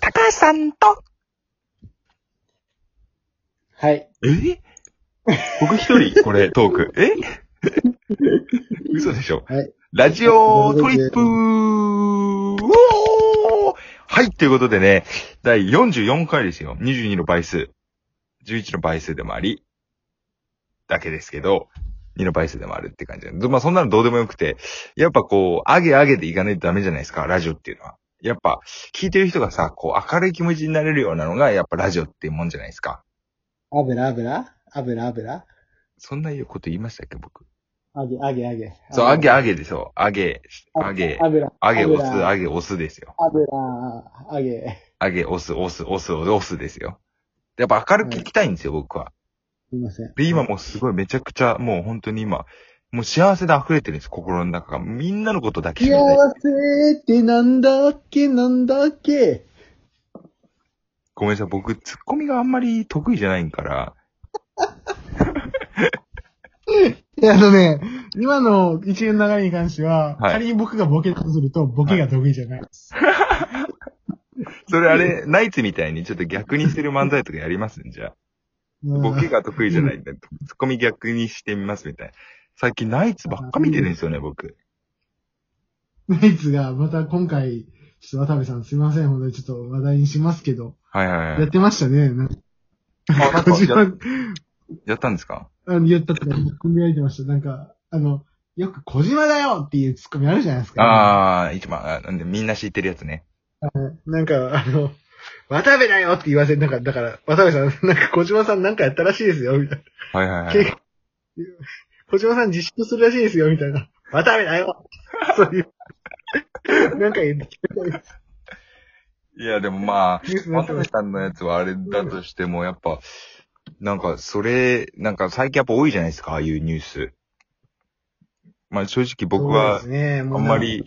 母さんと、はい。え僕一人、これ、トーク。え嘘でしょ、はいラジオトリップうおーはい、ということでね、第44回ですよ。22の倍数。11の倍数でもあり、だけですけど、2の倍数でもあるって感じで。まあそんなのどうでもよくて、やっぱこう、上げ上げでいかないとダメじゃないですか、ラジオっていうのは。やっぱ、聞いてる人がさ、こう、明るい気持ちになれるようなのが、やっぱラジオっていうもんじゃないですか。あぶらあぶらあぶらあぶらそんなこと言いましたっけ、僕。あげあげあげ。そう、あげあげでしょ。あげ、あげ、あぶら。あげ、オス、あげ。げ、オスですよ。あぶら、あげ。あげ、オス、オス、オス、オスですよ。やっぱ明るく聞きたいんですよ、僕は。すい ません。で、今もうすごいめちゃくちゃ、もう本当に今、もう幸せで溢れてるんです、心の中が。みんなのことだけ知りたい幸せってなんだっけなんだっけごめんなさい、僕、ツッコミがあんまり得意じゃないから、いや、あのね、今の一連の流れに関しては、はい仮に僕がボケだとすると、ボケが得意じゃない。それあれ、ナイツみたいにちょっと逆にしてる漫才とかやりますんじゃあ。うんボケが得意じゃないんで、ツッコミ逆にしてみますみたいな。最近ナイツばっか見てるんですよね、僕。 ナイツが、また今回、ちょっと渡部さんすいません、ほんとにちょっと話題にしますけど、はいはいはいやっ。てましたね。なんかあなんか小島 ややったんですかあの、言ったとか、組み上げてました。なんか、あの、よく小島だよっていうツッコミあるじゃないですか。ああ、一番、あなんでみんな知ってるやつね。なんか、あの、渡部だよって言わせ、なんか、だから、渡部さん、なんか小島さんなんかやったらしいですよ、みたいはいはいな。はい。け小島さん自粛するらしいですよ、みたいな。渡部だよそういう、なんか言っていや、でもまあ、ニュースになって渡ま部しさんのやつはあれだとしても、やっぱ、なんか、それ、なんか最近やっぱ多いじゃないですか、ああいうニュース。まあ正直僕はそう、ですね、あもうんまり、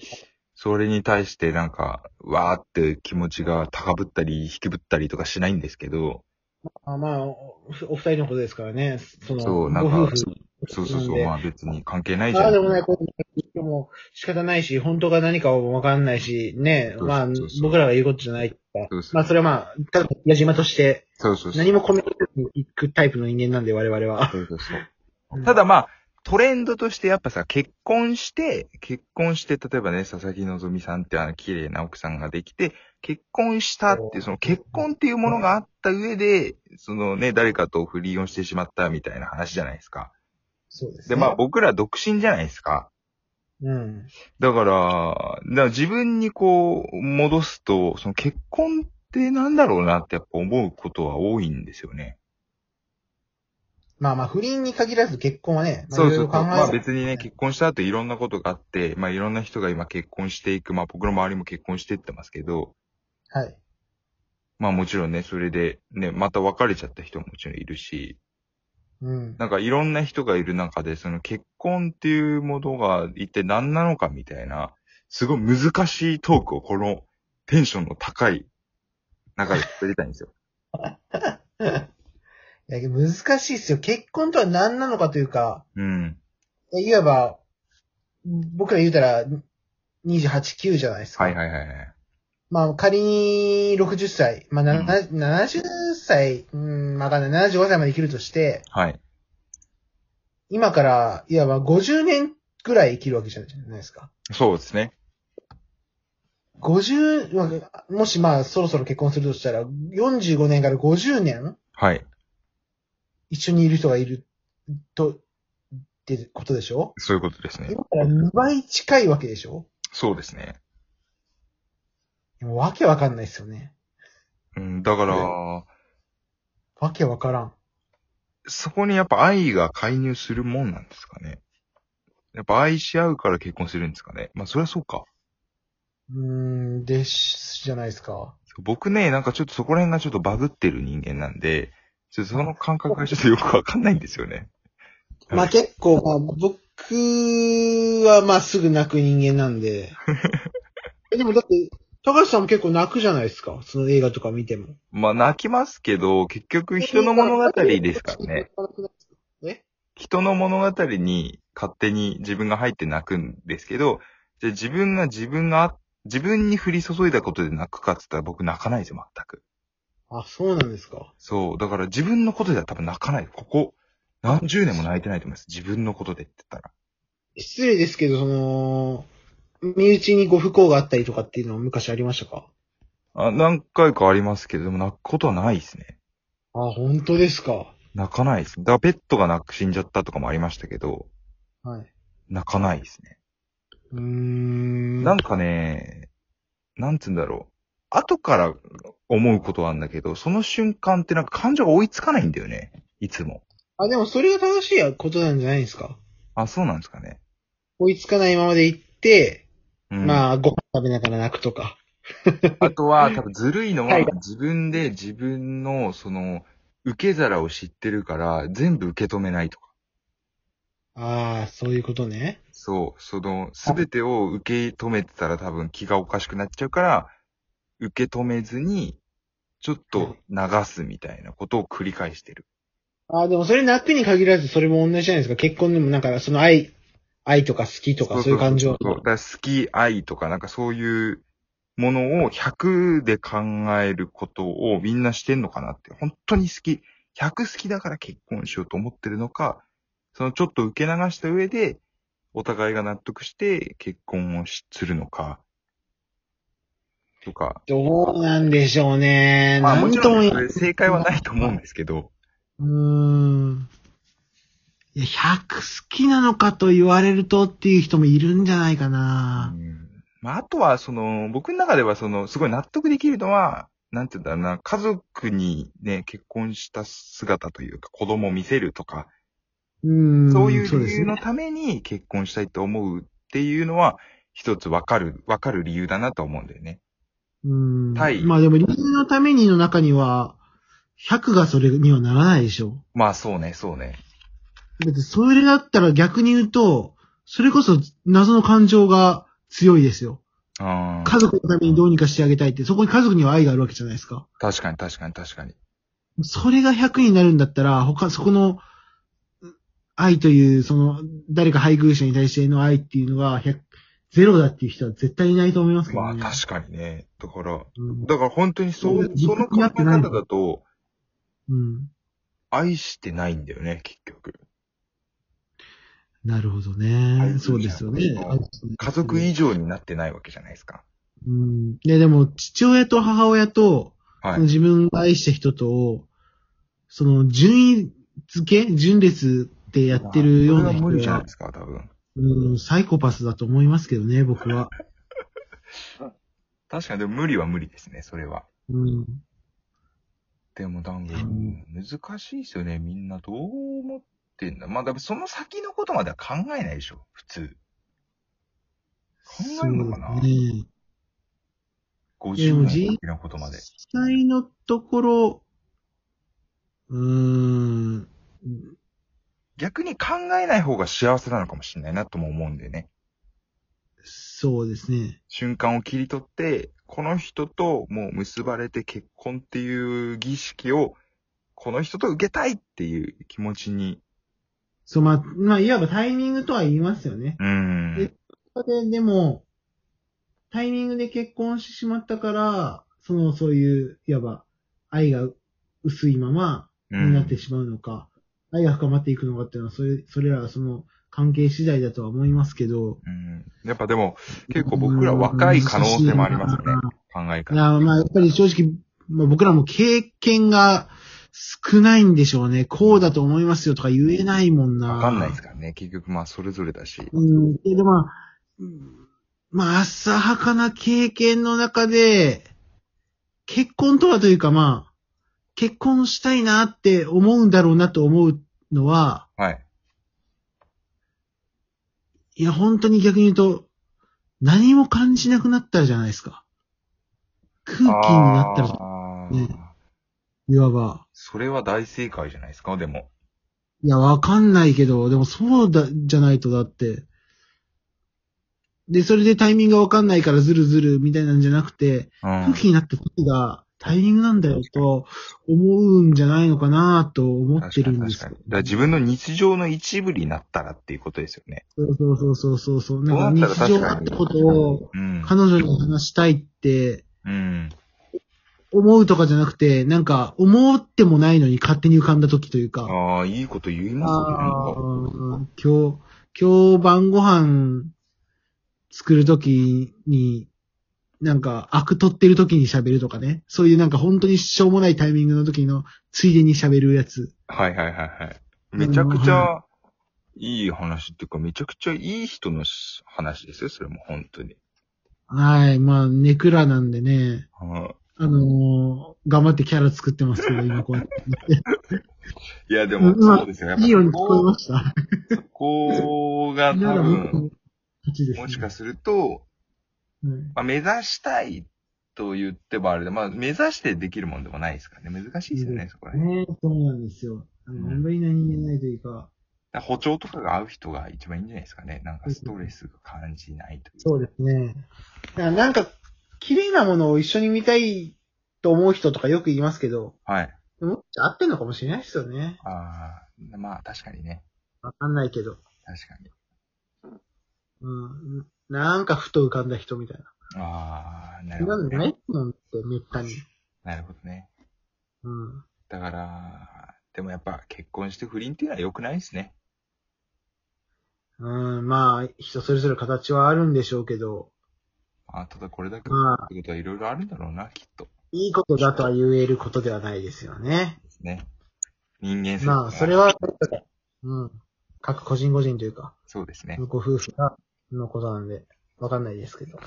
それに対してなんか、わーって気持ちが高ぶったり、引きぶったりとかしないんですけど、まあ、まあ、おお二人のことですからね。その、そうなんかご夫婦。そうそうなんそう、でまあ別に関係ないじあゃあん。でもない、こうでも仕方ないし、本当が何かもわかんないし、ね、そうまあそうそうそう僕らが言うことじゃないからそうそうまあそれはまあ、ただ、矢島として、そうそうそう何もコメントに行くタイプの人間なんで、我々は。そうそうそううんただまあ、トレンドとしてやっぱさ、結婚して、結婚して、例えばね、佐々木希さんってあの綺麗な奥さんができて、結婚したって、その結婚っていうものがあった上で、そのね、誰かと不倫をしてしまったみたいな話じゃないですか。そうですで、まあ、僕ら独身じゃないですか。うん。だから、だから自分にこう、戻すと、その結婚ってなんだろうなってやっぱ思うことは多いんですよね。まあまあ、不倫に限らず結婚はね、まあそうそうそ。いろいうろ考えまあ別にね、結婚した後いろんなことがあって、まあいろんな人が今結婚していく。まあ僕の周りも結婚していってますけど、はい。まあもちろんね、それでね、また別れちゃった人ももちろんいるし、うん。なんかいろんな人がいる中で、その結婚っていうものが一体何なのかみたいな、すごい難しいトークをこのテンションの高い中で作りたいんですよ。 いや、難しいですよ。結婚とは何なのかというか、うん。いわば、僕ら言うたら、28、9じゃないですか。はいはいはいはい。まあ、仮に60歳、まあ、なな70歳、うん、わかんない、75歳まで生きるとして、はい。今から、いわば50年ぐらい生きるわけじゃないですか。そうですね。 50、まあもしまあ、そろそろ結婚するとしたら、45年から50年、はい。一緒にいる人がいる、と、ってことでしょそういうことですね。今から2倍近いわけでしょそうですね。もうわけわかんないですよね。うん、だから、わけわからん。そこにやっぱ愛が介入するもんなんですかね。やっぱ愛し合うから結婚するんですかね。まあそりゃそうか。うーん、でし、じゃないですか。僕ね、なんかちょっとそこら辺がちょっとバグってる人間なんで、ちょっとその感覚がちょっとよくわかんないんですよね。まあ結構、まあ僕はまあすぐ泣く人間なん で。えでもだって、高橋さんも結構泣くじゃないですか。その映画とか見ても。まあ泣きますけど、結局人の物語ですからね。。人の物語に勝手に自分が入って泣くんですけど、じゃあ自分が自分が、自分に降り注いだことで泣くかって言ったら僕泣かないですよ、全く。あ、そうなんですか。そう。だから自分のことでは多分泣かない。ここ、何十年も泣いてないと思います。自分のことでって言ったら。失礼ですけど、その、身内にご不幸があったりとかっていうのは昔ありましたかあ何回かありますけど、でも泣くことはないですね。あ、本当ですか。泣かないですね。だからペットが泣く死んじゃったとかもありましたけど、はい。泣かないですね。うーん。なんかね、なんつうんだろう。後から思うことはあんだけど、その瞬間ってなんか感情が追いつかないんだよね。いつも。あ、でもそれが正しいことなんじゃないですか。あ、そうなんですかね。追いつかないままで行って、うん、まあ、ご飯食べながら泣くとか。 あとは、多分ずるいのははい、自分で自分の、その、受け皿を知ってるから、全部受け止めないとか。ああ、そういうことね。そう、その、すべてを受け止めてたら多分気がおかしくなっちゃうから、受け止めずに、ちょっと流すみたいなことを繰り返してる。ああ、でもそれ泣くに限らずそれも同じじゃないですか。結婚でもなんか、その愛、愛とか好きとかそういう感情。そうだから好き、愛とか、なんかそういうものを100で考えることをみんなしてんのかなって。本当に好き。100好きだから結婚しようと思ってるのか、そのちょっと受け流した上で、お互いが納得して結婚をしするのか、とか。どうなんでしょうね。まあなもんちとろんも言そえれ正解はないと思うんですけど、うーん。いや、100好きなのかと言われるとっていう人もいるんじゃないかな。うんまあ、あとは、その、僕の中では、その、すごい納得できるのは、なんて言うんだろうな、家族にね、結婚した姿というか、子供を見せるとか、うん。そういうそうで理す由ねのために結婚したいと思うっていうのは、一つわかる、わかる理由だなと思うんだよね。うん。はいまあでも理由のためにの中には、100がそれにはならないでしょ。まあ、そうね、そうね。だってそれだったら逆に言うと、それこそ謎の感情が強いですよ。あー家族のためにどうにかしてあげたいって、そこに家族には愛があるわけじゃないですか。確かに、確かに、確かに。それが100になるんだったら、他、そこの、う愛という、その、誰か配偶者に対しての愛っていうのが100、ゼロだっていう人は絶対いないと思いますけどまあ、ね。確かにね。だから、うんだから本当にそう、うんその考え方だと、うん。愛してないんだよね、結局。なるほど配偶ね。者そうですよね。家族以上になってないわけじゃないですか。うん。で、でも、父親と母親と、はそのい。自分が愛した人と、その、順位付け順列でやってるようそれはな人無理じゃないはで、すか、多分。うん、サイコパスだと思いますけどね、僕は。確かに、でも無理は無理ですね、それは。うん。でも、なんか、うん難しいですよね、みんな。どう思ってんだ。まあ、でもその先のことまでは考えないでしょ、普通。考えるのかなそうね。で50も年じ先のことまで。実際のところ、うーん。逆に考えない方が幸せなのかもしれないなとも思うんだよね。そうですね。瞬間を切り取って、この人ともう結ばれて結婚っていう儀式を、この人と受けたいっていう気持ちに。そう、まあ、まあ、いわばタイミングとは言いますよね。うん。えで、でも、タイミングで結婚してしまったから、その、そういう、いわば、愛が薄いままになってしまうのか、愛が深まっていくのかっていうのは、それ、それらはその、関係次第だとは思いますけど。うん。やっぱでも、結構僕ら若い可能性もありますよね。考えいや、方。まあ、やっぱり正直、まあ、僕らも経験が少ないんでしょうね。こうだと思いますよとか言えないもんな。わかんないですからね。結局まあそれぞれだし。うん。で、でまあ、うんまあ、浅はかな経験の中で、結婚とはというかまあ、結婚したいなって思うんだろうなと思うのは、はい。いや、本当に逆に言うと、何も感じなくなったらじゃないですか。空気になったら、あねーいわば。それは大正解じゃないですか、でも。いや、わかんないけど、でもそうだ、じゃないとだって。で、それでタイミングがわかんないからずるずるみたいなんじゃなくて、うん空。気になった時がタイミングなんだよと思うんじゃないのかなと思ってるんです確かに確かによだから自分の日常の一部になったらっていうことですよね。そうそうそうそうそう。なんそうなかったら日確常かあにったことをうん。彼女に話したいってうん。思うとかじゃなくて、なんか思ってもないのに勝手に浮かんだ時というか。ああ、いいこと言いあまー今日、今日晩ご飯作るときに、なんか、アク取ってるときに喋るとかね。そういうなんか本当にしょうもないタイミングの時のついでに喋るやつ。すね。はいはいはいはい。めちゃくちゃいい話っていうか、めちゃくちゃいい人の話ですよ、それも本当に。はい。まあ、ネクラなんでね。うんあのー頑張ってキャラ作ってますけど、今こうやって。いや、でも、うんそうですよ。やっぱいいように聞こえこました。こが多 なら僕分、の勝ちです、ね。もしかすると、はいまあ、目指したいと言ってもあれで、まあ、目指してできるもんでもないですからね。難しいですよね、そこら辺。ねそうなんですよ。あの、本当に何気ないというか、だから歩調とかが合う人が一番いいんじゃないですかね。なんかストレスが感じないという。そうですね。なんか、綺麗なものを一緒に見たいと思う人とかよく言いますけど、はい。でも合ってんのかもしれないですよね。ああ、まあ確かにね。わかんないけど。確かに。うん。なんかふと浮かんだ人みたいな。ああ、なるそほんなのど、ないね。もんって、めったに。なるほどね。うん。だから、でもやっぱ結婚して不倫っていうのは良くないですね。うん、まあ、人それぞれ形はあるんでしょうけど、あただこれだけまあってことはいろいろあるんだろうな、きっと。いいことだとは言えることではないですよね。ですね。人間性まあ、それ。は、うん。各個人個人というか、そうですね。ご夫婦が、のことなんで、わかんないですけど。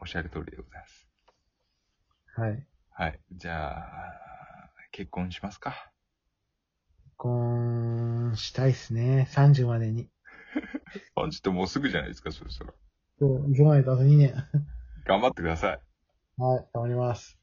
おっしゃる通りでございます。はい。はい。じゃあ、結婚しますか。結婚したいっすね。30までに。あ、ちょっともうすぐじゃないですか、そしたら。そう、行かないとあと2年。頑張ってください。はい、頑張ります。